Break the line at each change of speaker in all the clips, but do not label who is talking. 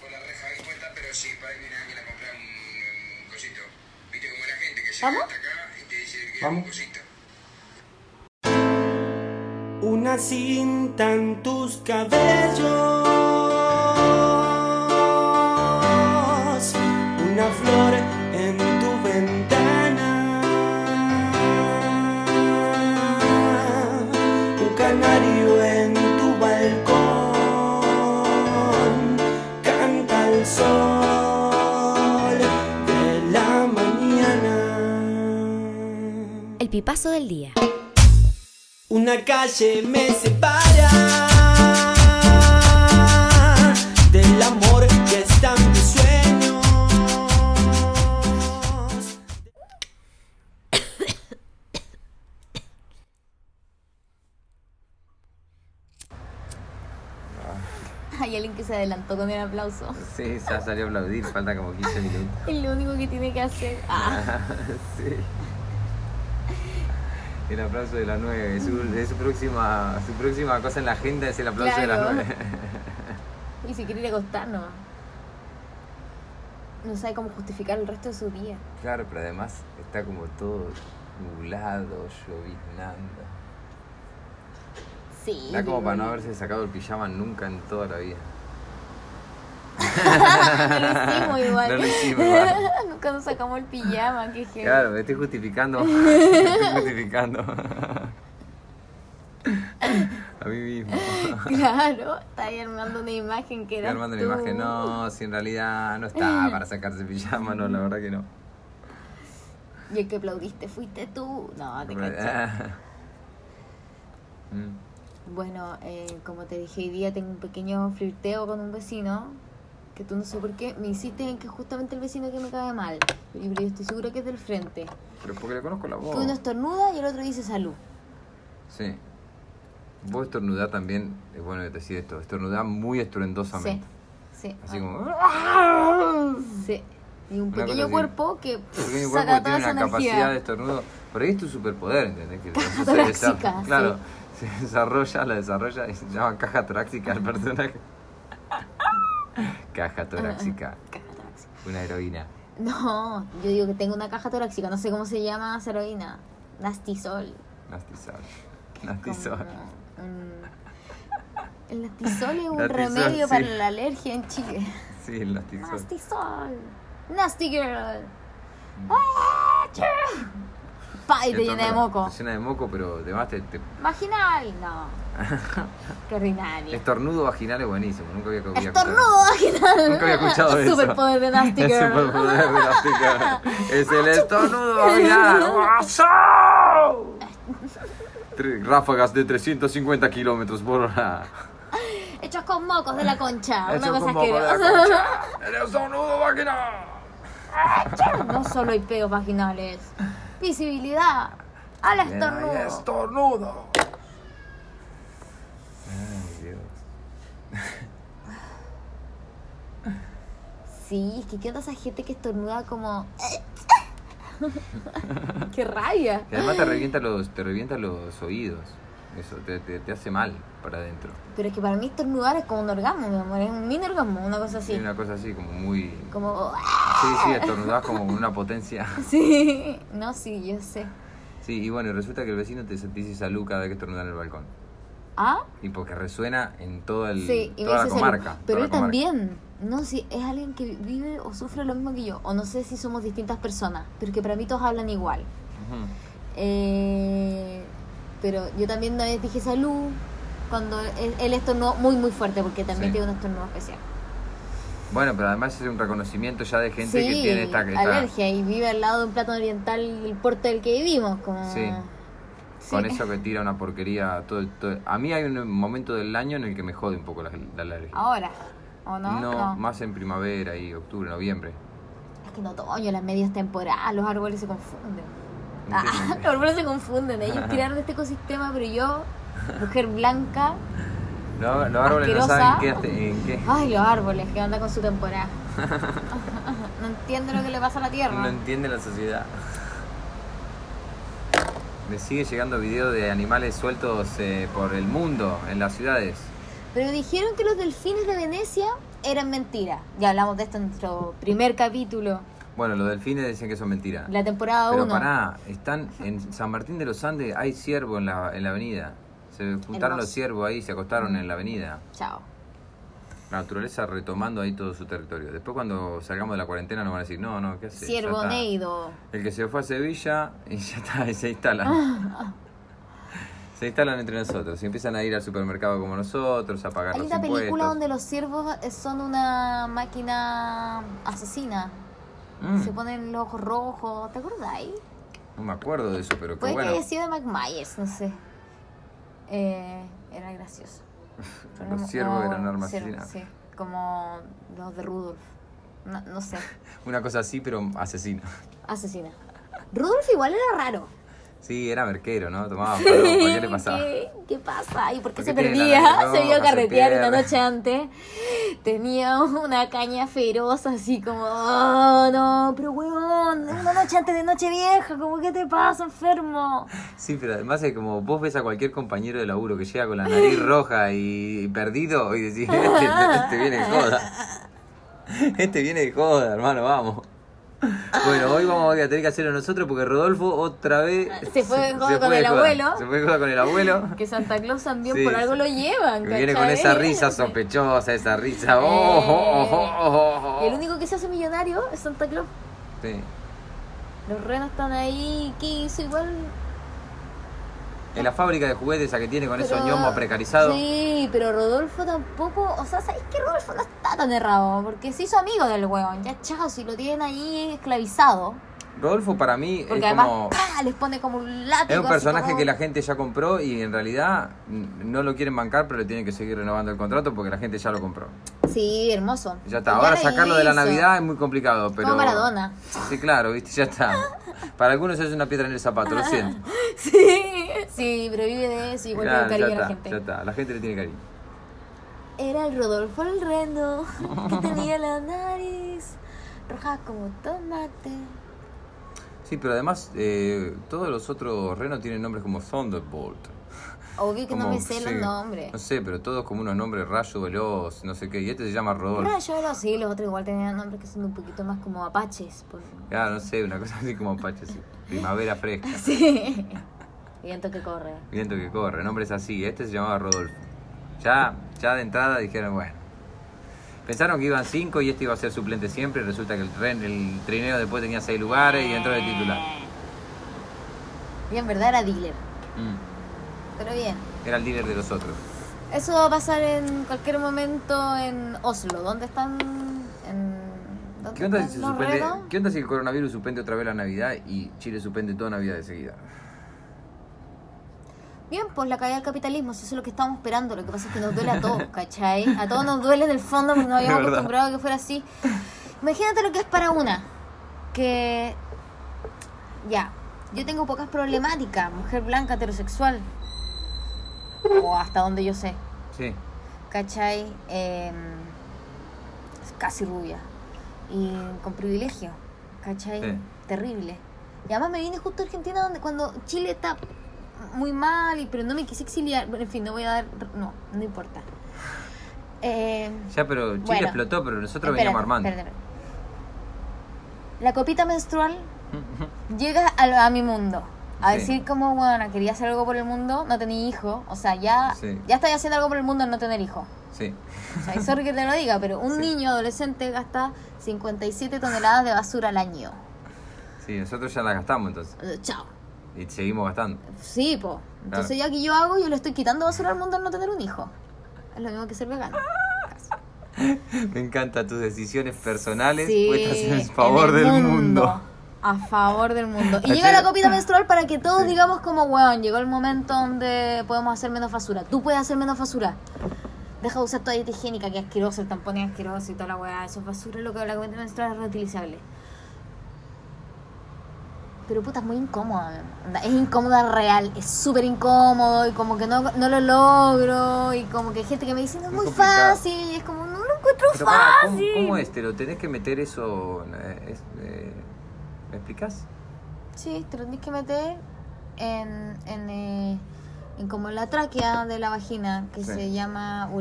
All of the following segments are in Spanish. Por la reja ahí cuenta, pero sí, para mí viene alguien a comprar un, un cosito. Viste como la gente que llega
¿Vamos?
hasta acá y te dice que
¿Vamos?
un cosito.
Una cinta en tus cabellos, una flor en tu ventana, un canario en tu balcón, canta el sol de la mañana.
El pipazo del día.
Una calle me separa del amor que está en mis sueños.
Hay alguien que se adelantó con el aplauso.
Sí, ya salió a aplaudir, falta como 15 minutos.
Es lo único que tiene que hacer. Ah,
sí. El aplauso de las 9, es su, es su próxima, su próxima cosa en la agenda es el aplauso de
Claro.
las 9.
y si quiere ir a acostar nomás. No sabe cómo justificar el resto de su día.
Claro, pero además está como todo nublado, lloviznando.
Sí.
Da como
digo,
para no haberse sacado el pijama nunca en toda la vida.
No lo hicimos igual.
No lo hicimos igual.
Nunca nos sacamos el pijama, que heavy.
Claro, me estoy justificando. Me estoy justificando. A mí mismo.
Claro, está ahí armando una imagen que
Estoy
era.
armando una imagen. No, si en realidad no está para sacarse pijama, no, la verdad que no.
Y el que aplaudiste fuiste tú. No, te caché.
ah. Mm.
Bueno, eh, como te dije hoy día, tengo un pequeño flirteo con un vecino. Que tú no sé por qué me hiciste en que justamente el vecino que me cae mal. Y pero yo estoy segura que es del frente.
Pero porque le conozco la
Que uno
voz.
estornuda y el otro dice salud.
Sí. Vos estornudar también, es bueno decir esto, estornudar muy
Sí.
estruendosamente.
Sí.
Así
ah,
como.
sí. Y un
Una cosa
pequeño
así.
cuerpo que
Porque
pff,
mi
saca
cuerpo
toda
tiene una
esa
capacidad de
energía.
estornudo. Por ahí es tu superpoder, ¿entendés? Que
Caja
se desa-
torácica,
Claro, se desarrolla, la desarrolla y se llama caja torácica al personaje. caja torácica,
Caja torácica.
una heroína.
No, yo digo que tengo una caja torácica, no sé cómo se llama esa heroína. Nasty Sol.
Nastisol.
Como
Nastisol.
un- El nastisol es un
Nasty Sol,
remedio
sí.
para la alergia en Chile.
Sí, el nastisol.
Nasty Sol. Nasty Girl.
Mm.
Pa, y te llena de moco.
Te llena de moco, pero además te, te-
Vaginal, no. Qué ordinario.
Estornudo vaginal es buenísimo. Nunca había, había escuchado.
Estornudo vaginal.
Nunca había escuchado eso.
Superpoder de Nasty
El
Girl.
superpoder de Nasty Girl. Es el estornudo vaginal. ¡Guaso! Tre- Ráfagas de 350 kilómetros por hora.
Hechos con mocos de la concha.
Eso
Ah, una cosa
como para
asquerosa.
la concha. El estornudo vaginal.
Ah, No solo hay peos vaginales. Visibilidad. Al
Bien, ahí,
estornudo.
Estornudo. Ay, Dios.
Sí, es que qué onda esa gente que estornuda como. eh. ¡Qué rabia!
Y además te revienta los, te revienta los oídos. Eso, te, te- te hace mal para adentro.
Pero es que para mí estornudar es como un orgasmo, mi amor. Es un mini orgasmo, una cosa
Tiene
así.
una cosa así, como muy.
Como. "Ah,
Sí, sí, estornudás como con una potencia.
Sí. No, sí, yo sé.
Sí, y bueno, y resulta que el vecino te dice salud cada vez que estornuda en el balcón.
¿Ah?
Y porque resuena en toda, el,
Sí, y me
toda la
dice
comarca.
salud.
toda
Pero
la
él
comarca.
también. No, sí, es alguien que vive o sufre lo mismo que yo. O no sé si somos distintas personas. Pero que para mí todos hablan igual.
Ujú.
Eh, pero yo también una vez dije salud cuando él, él estornudó muy muy fuerte porque también
Sí.
tiene un estornudo especial.
Bueno, pero además es un reconocimiento ya de gente que
Sí,
tiene esta. esta-
alergia y vive al lado de un plato oriental el puerto del que vivimos. Como...
Sí.
Sí.
Con eso que tira una porquería. Todo, todo- A mí hay un momento del año en el que me jode un poco la, la alergia.
Ahora, ¿o Ah, no?
más en primavera y octubre, noviembre.
Es que en otoño, las medias temporadas, los árboles se confunden. Ah,
Entiendo.
los árboles se confunden, ellos tiraron de este ecosistema, pero yo, mujer blanca,
No, los árboles
Asquerosa.
no saben qué, en qué.
ay, los árboles que andan con su temporada. no entiendo lo que le pasa a la tierra.
No entiende la sociedad. Me sigue llegando video de animales sueltos eh, por el mundo, en las ciudades.
Pero dijeron que los delfines de Venecia eran mentira. Ya hablamos de esto en nuestro primer capítulo,
Bueno, los delfines dicen que son mentiras.
la temporada
Pero
1.
pará, están en San Martín de los Andes, hay ciervo en la, en la avenida. Se juntaron
Hermoso.
los ciervos ahí, se acostaron en la avenida.
Chao.
La naturaleza retomando ahí todo su territorio. Después cuando salgamos de la cuarentena nos van a decir, no, no, ¿qué haces? Ya
Ciervo
está.
Neido.
El que se fue a Sevilla y ya está, y se instalan. se instalan entre nosotros y empiezan a ir al supermercado como nosotros, a pagar
Hay
los
una película
impuestos.
donde los ciervos son una máquina asesina.
Mm,
Se ponen los ojos rojos. ¿Te acordáis?
no me acuerdo de eso, pero qué
Puede
bueno.
que haya sido de Mike Myers, no sé. Eh, era gracioso. Pero no-
Los ciervos
no,
eran armas
ciervo,
asesinas.
Sí, como los de Rudolf. No, no sé.
Una cosa así, pero asesina.
Asesina. Rudolf igual era raro.
Sí, era merquero, ¿no? Tomaba palo, ¿por ¿qué le pasaba?
¿Qué, qué pasa? ¿Y por qué
¿Por
se
qué tiene la
perdía?
nariz
se vio
roja, se
carretear una
pierde?
noche antes. Tenía una caña feroz, así como, oh, no, pero huevón, una noche antes de noche vieja, como, ¿qué te pasa, enfermo?
Sí, pero además es como vos ves a cualquier compañero de laburo que llega con la nariz roja y perdido y decís, este, este viene de joda. Este viene de joda, hermano, vamos. Bueno, hoy vamos a tener que hacerlo nosotros porque Rodolfo otra vez...
Se fue de joda con
de
el abuelo.
Se fue de joda con el abuelo.
Que Santa Claus también
Sí,
por algo
sí.
lo llevan,
Que viene con
¿cachai?
esa risa sospechosa, esa risa. Oh, oh, oh, oh, oh.
Y Eh. el único que se hace millonario es Santa Claus.
Sí.
Los renos están ahí, ¿qué hizo? Igual.
En la fábrica de juguetes esa que tiene con esos
pero-
ñomos precarizados.
Sí, pero Rodolfo tampoco. O sea, ¿sabéis que Rodolfo no está tan errado? Porque se hizo amigo del huevón. Ya, chao, si lo tienen ahí esclavizado.
Rodolfo para mí
Porque
es
además,
como...
¡pah! les pone como un látigo.
Es un
así
personaje
como-
que la gente ya compró y en realidad n- no lo quieren bancar, pero le tienen que seguir renovando el contrato porque la gente ya lo compró.
Sí, hermoso.
Ya está.
Ya
Ahora
la
sacarlo de la
hizo.
Navidad es muy complicado, pero.
Como Maradona.
Sí, claro, viste, ya está. Para algunos es una piedra en el zapato, lo siento.
Sí, sí, pero vive de eso y vuelve
Claro,
cariño
ya,
a la
está,
gente.
ya está. La gente le tiene cariño.
Era el Rodolfo el reno que tenía la nariz roja como tomate.
Sí, pero además eh, todos los otros renos tienen nombres como Thunderbolt.
Obvio que no
como-
me sé
sí,
los nombres.
No sé, pero todos como unos nombres rayo veloz, no sé qué. Y este se llama Rodolfo.
Pero Ah, yo los sí, los otros igual tenían nombres que son un poquito más como apaches. por-
Claro, Ah, no sé, una cosa así como Apache, sí. primavera fresca.
Sí. Viento que corre.
Viento que corre, nombre es así. Este se llamaba Rodolfo. Ya, ya de entrada dijeron, bueno. Pensaron que iban cinco y este iba a ser suplente siempre. y Resulta que el tren, el trineo después tenía seis lugares y entró de titular.
Y en verdad era dealer.
Mm,
Pero bien.
Era el líder de los otros.
Eso va a pasar en cualquier momento en Oslo. ¿Dónde están? En... ¿dónde
¿Qué onda,
están
si se
los
suspende-
renos?
qué onda si el coronavirus suspende otra vez la Navidad y Chile suspende toda Navidad de seguida?
Bien, pues la caída del capitalismo, si eso es lo que estamos esperando, lo que pasa es que nos duele a todos, ¿cachai? A todos nos duele en el fondo porque nos
Es
habíamos
verdad.
acostumbrado a que fuera así. Imagínate lo que es para una, que ya, yo tengo pocas problemáticas, mujer blanca, heterosexual, o hasta donde yo sé,
Sí.
¿cachai? Eh, casi rubia y con privilegio, ¿cachai?
Sí.
Terrible. Y además me vine justo a Argentina donde cuando Chile está muy mal, y, pero no me quise exiliar. Bueno, en fin, no voy a dar... No, no importa. Eh,
Ya, pero Chile
Bueno.
explotó, pero nosotros
espérate,
veníamos armando.
espérate. La copita menstrual llega a, a mi mundo. A
Sí.
decir como, bueno, quería hacer algo por el mundo, no tenía hijo. O sea, ya,
Sí.
ya estoy haciendo algo por el mundo en no tener hijo.
Sí.
O sea, y sorry que te lo diga, pero un
Sí.
niño adolescente gasta 57 toneladas de basura al año.
Sí, nosotros ya la gastamos entonces.
Eh, Chao.
Y seguimos gastando.
Sí, po. Entonces ya que yo hago, yo le estoy quitando basura al mundo al no tener un hijo. Es lo mismo que ser vegano.
Me encantan tus decisiones personales
Sí,
puestas en favor
el
del mundo.
A favor del mundo. Y
Ayer-
llega la copita menstrual para que todos
Sí.
digamos como, weón, llegó el momento donde podemos hacer menos basura. Tú puedes hacer menos basura. Deja de usar toallita higiénica, que es asqueroso, el tampón es asqueroso y toda la weá. Eso es basura, lo que la copita menstrual es reutilizable. Pero puta, es muy incómoda. onda, Es incómoda real, es súper incómodo y como que no, no lo logro y como que hay gente que me dice, no es
Muy
muy
complicado.
fácil y es como, no lo encuentro
Pero pará,
fácil.
¿cómo, cómo es? ¿Te lo tenés que meter eso? eh, es- eh, ¿Me explicas?
Sí, te lo tenés que meter en, en, eh, en como la tráquea de la vagina, que
Sí.
se llama u-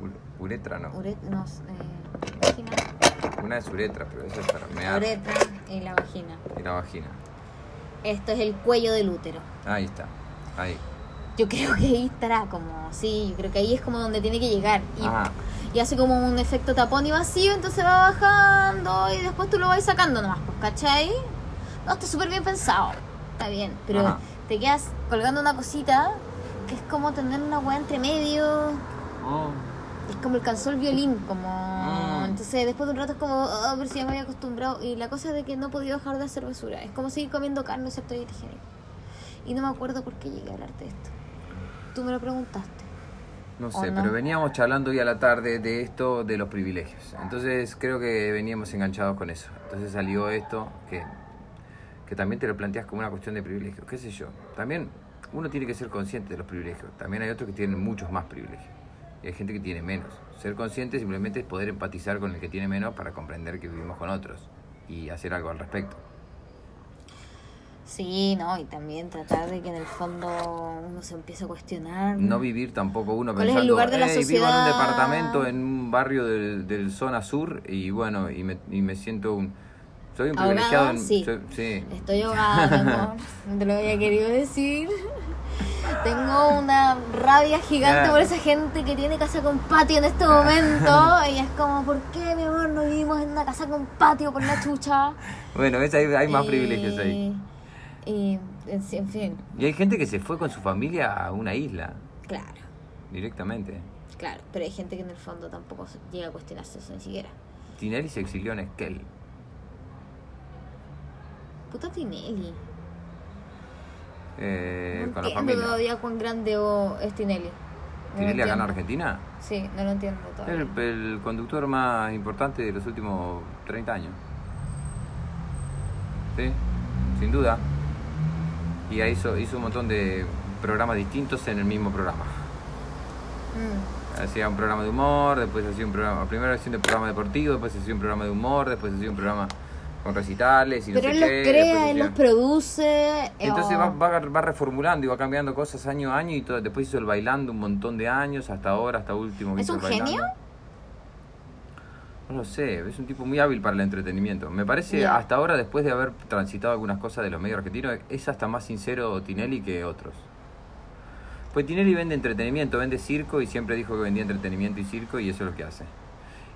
Ure- Uretra no.
Uret no, eh, vagina.
Una es uretra, pero esa es para mear.
Uretra y la vagina.
Y la vagina.
Esto es el cuello del útero.
Ahí está. Ahí.
Yo creo que ahí estará como, sí, yo creo que ahí es como donde tiene que llegar. Y,
Ah,
y hace como un efecto tapón y vacío, entonces va bajando y después tú lo vas sacando nomás, pues, ¿cachai? No, está súper bien pensado, está bien, pero
Ajá.
te quedas colgando una cosita que es como tener una hueá entre medio, es como alcanzó el violín, como...
Mm.
Entonces después de un rato es como, oh, pero si ya me había acostumbrado. Y la cosa es de que no he podido dejar de hacer basura, es como seguir comiendo carne, excepto dieta higiénica. Y no me acuerdo por qué llegué a hablarte de esto. Tú me lo preguntaste.
no
¿O
sé,
no?
pero veníamos charlando hoy a la tarde de esto de los privilegios. Entonces creo que veníamos enganchados con eso. Entonces salió esto que, que también te lo planteas como una cuestión de privilegios. ¿Qué sé yo? También uno tiene que ser consciente de los privilegios. También hay otros que tienen muchos más privilegios. Y hay gente que tiene menos. Ser consciente simplemente es poder empatizar con el que tiene menos para comprender que vivimos con otros y hacer algo al respecto.
Sí, no, y también tratar de que en el fondo uno se empiece a cuestionar.
No vivir tampoco uno
¿Cuál es el
pensando,
lugar de la
"Ey, vivo en un
sociedad?"
departamento en un barrio del, del zona sur y bueno, y me, y me siento un... Soy un
Ahogado,
privilegiado en...
sí.
soy- sí.
Estoy ahogada, mi amor. No te lo había querido decir. Tengo una rabia gigante
Claro.
por esa gente que tiene casa con patio en este momento. Y es como, ¿por qué, mi amor, no vivimos en una casa con patio por la chucha?
Bueno, ves, hay, hay más
Y-
privilegios ahí.
Y, en en fin,
Y hay gente que se fue con su familia a una isla,
claro,
directamente.
claro. Pero hay gente que en el fondo tampoco se- llega a cuestionarse eso ni siquiera.
Tinelli se exilió en Esquel.
Puta Tinelli.
eh,
no
con la
entiendo
familia.
todavía cuán grande o es Tinelli. No lo
¿Tinelli acá en
entiendo.
Argentina?
Sí, no lo entiendo todavía.
El, el conductor más importante de los últimos 30 años. Sí, sin duda. Y ahí hizo, hizo un montón de programas distintos en el mismo programa.
Mm,
Hacía un programa de humor, después hacía un programa. Primero hacía un programa deportivo, después hacía un programa de humor, después hacía un programa con recitales y no
Pero
sé
él los
qué,
crea,
después
él
hacía-
los produce.
entonces
o-
va, va, va reformulando y va cambiando cosas año a año y todo. Después hizo el bailando un montón de años, hasta ahora, hasta último.
¿Es
hizo el
un genio?
Bailando. No lo sé, es un tipo muy hábil para el entretenimiento. Me parece,
Ya.
hasta ahora, después de haber transitado algunas cosas de los medios argentinos, es hasta más sincero Tinelli que otros. Pues Tinelli vende entretenimiento, vende circo y siempre dijo que vendía entretenimiento y circo y eso es lo que hace.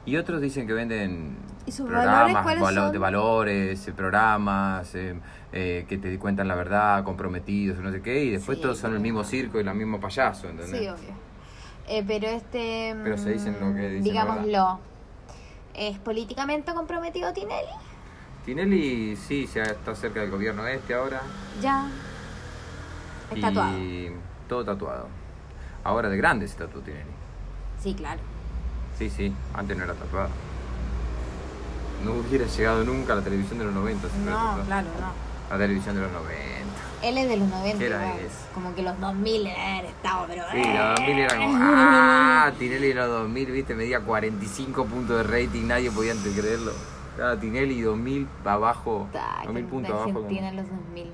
Y otros dicen que venden
¿Y sus valores
programas
cuáles
valo-
son?
de valores, eh, programas, eh, eh, que te cuentan la verdad, comprometidos, no sé qué, y después
Sí,
todos son el
obvio.
mismo circo y el mismo payaso, ¿entendés?
Sí, obvio. Eh, pero este.
Pero se dicen lo que dicen,
Digámoslo. ¿Es políticamente comprometido Tinelli?
Tinelli sí, se ha- está cerca del gobierno este ahora.
Ya. Es
y
tatuado.
todo tatuado. Ahora de grande se tatuó Tinelli.
Sí, claro.
Sí, sí, antes no era tatuado. No hubiera llegado nunca a la televisión de los 90. si fuera
No,
tatuado.
claro, no.
La televisión de los 90.
Él es de los 90.
¿Qué era
igual.
ese?
Como que los 2000 era el estado, pero.
Sí, los 2000 era como. ¡Ah! Tinelli en los 2000, viste, medía 45 puntos de rating, nadie podía antes creerlo. Claro, Tinelli 2000 abajo.
Ta,
2000
que
puntos abajo.
Argentina
como-
en los 2000.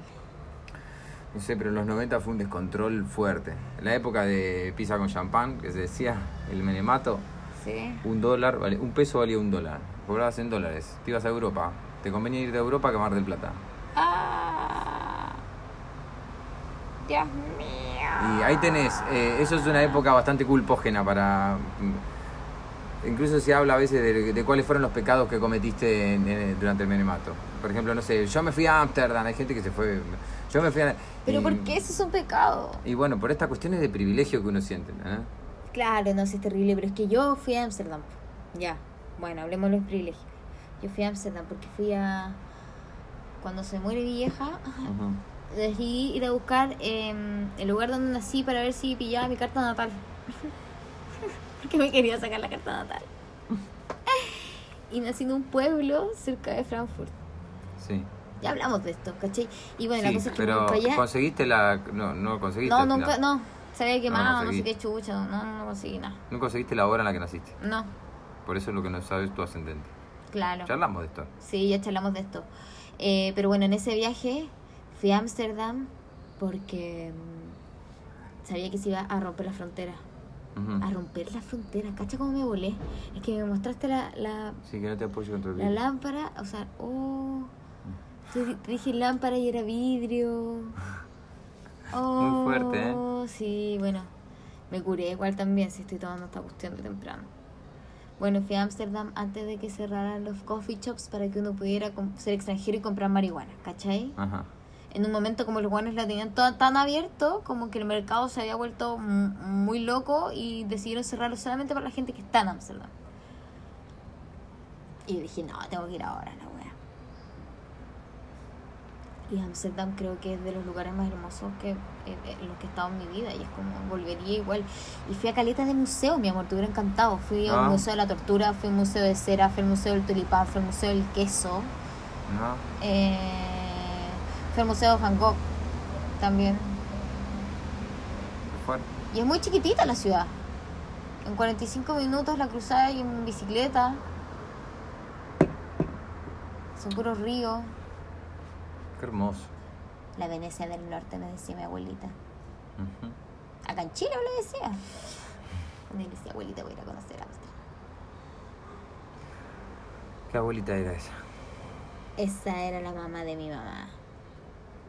No sé, pero en los 90 fue un descontrol fuerte. En la época de pizza con champán, que se decía, el menemato.
Sí.
Un dólar, vale, un peso valía un dólar. Cobrabas en dólares. Te ibas a Europa. Te convenía irte a Europa que a Mar del Plata.
Ah. Dios mío.
Y ahí tenés, eh, eso es una época bastante culpógena para... mm, Incluso se habla a veces de, de cuáles fueron los pecados que cometiste en- en- durante el menemato. Por ejemplo, no sé, yo me fui a Ámsterdam, hay gente que se fue... Yo me fui a...
Pero
y-
¿por qué eso es un pecado?
Y bueno, por estas cuestiones de privilegio que uno siente, ¿eh?
Claro, no, sí es terrible, pero es que yo fui a Ámsterdam. Ya, bueno, hablemos de los privilegios. Yo fui a Ámsterdam porque fui a... Cuando se muere mi vieja,
Ujú.
decidí ir a buscar em, el lugar donde nací para ver si pillaba mi carta natal. porque me quería sacar la carta natal. y nací en un pueblo cerca de Frankfurt.
Sí.
Ya hablamos de esto, ¿cachai? Y bueno, la
Sí,
cosa es que
pero
me fui para allá-
conseguiste la... No, no conseguiste.
No,
al final.
nunca, no. Se había quemado, no, sé
conseguí.
qué chucha, no, no conseguí nada.
No conseguiste la hora en la que naciste.
No,
Por eso es lo que no sabes tu ascendente.
claro.
Charlamos de esto.
Sí, ya charlamos de esto. Eh, pero bueno, en ese viaje Fui a Ámsterdam porque mm, sabía que se iba a romper la frontera.
Ujú.
A romper la frontera, cacha cómo me volé. Es que me mostraste la, la,
Sí, que no te apoyo contra el
la
vidrio.
lámpara, o sea, oh. Te, di- te dije lámpara y era vidrio. Oh,
fuerte,
Sí, bueno. Me curé igual también si estoy tomando esta cuestión de temprano. Bueno, fui a Ámsterdam antes de que cerraran los coffee shops para que uno pudiera com- ser extranjero y comprar marihuana, ¿cachai?
Ajá.
En un momento como los guanes la tenían toda tan abierto, como que el mercado se había vuelto m- muy loco y decidieron cerrarlo solamente para la gente que está en Amsterdam. Y yo dije, no, tengo que ir ahora, la wea. Y Amsterdam creo que es de los lugares más hermosos que eh, eh, en los que he estado en mi vida y es como volvería igual. Y fui a caletas de museos, mi amor, te hubiera encantado. Fui al
Ah.
Museo de la Tortura, fui al Museo de Cera, fui al Museo del Tulipán, fui al Museo del Queso.
No.
Eh, fue al Museo de Van Gogh también.
Fuerte.
Y es muy chiquitita la ciudad. En 45 minutos la cruzada y en bicicleta. Son puros ríos.
Qué hermoso.
La Venecia del Norte, me decía mi abuelita.
Ujú.
Acá en Chile me lo decía. Me decía, abuelita, voy a ir a conocer Ámsterdam.
¿Qué abuelita era esa?
Esa era la mamá de mi mamá.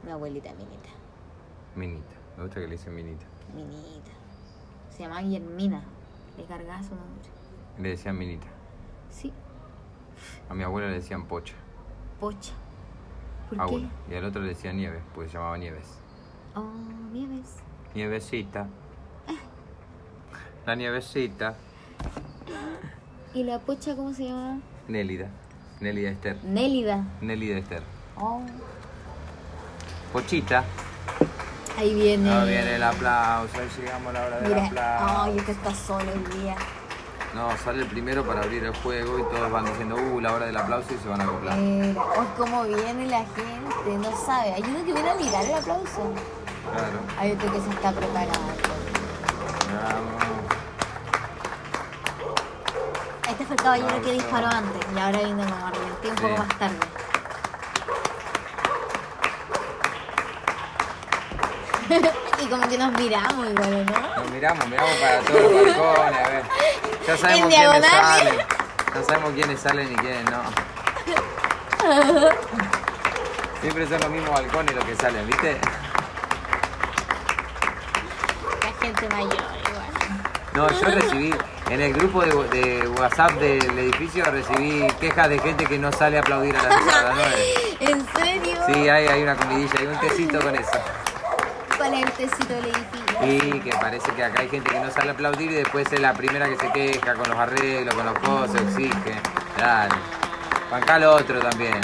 Mi abuelita Minita.
Minita. Me gusta que le dicen Minita.
Minita. Se llamaba Guillermina. Le cargaba su nombre.
Le decían Minita.
Sí,
A mi abuela le decían Pocha.
Pocha. ¿Por
Abuela. Y al otro le decían Nieves, porque se llamaba Nieves.
qué? Oh, Nieves.
Nievecita. La nievecita.
¿Y la pocha cómo se llama?
Nélida. Nélida Esther.
Nélida.
Nélida Esther.
Oh.
Pochita.
Ahí viene.
No Ah, viene el aplauso. Ahí llegamos a la hora del
Mira.
aplauso.
Ay, este está solo hoy día.
No, sale el primero para abrir el juego y todos van diciendo, uh, la hora del aplauso y se van a acoplar.
Mira. Oh, cómo viene la gente. No sabe. Hay uno que viene a mirar el aplauso.
Claro.
Hay otro que se está preparando.
Vamos.
Este fue el caballero que
Aplauso.
disparó antes. Y ahora viene como arrepentir un
Sí.
poco más tarde. y como que nos miramos igual, ¿no?
Nos miramos, miramos para todos los balcones, a ver. Ya sabemos
En
quiénes
diagonal.
salen. Ya sabemos quiénes salen y quiénes no. Siempre son los mismos balcones los que salen, ¿viste?
La gente mayor igual.
No, yo recibí, en el grupo de, de WhatsApp del edificio recibí quejas de gente que no sale a aplaudir a las a las nueve.
¿En serio?
Ah, Sí, hay, hay una comidilla, hay un tecito con eso.
¿Cuál es el tecito del edificio?
Y que parece que acá hay gente que no sale a aplaudir y después es la primera que se queja con los arreglos, con los cosas, exige. Dale. Bancá lo otro también.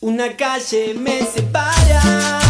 Una calle me separa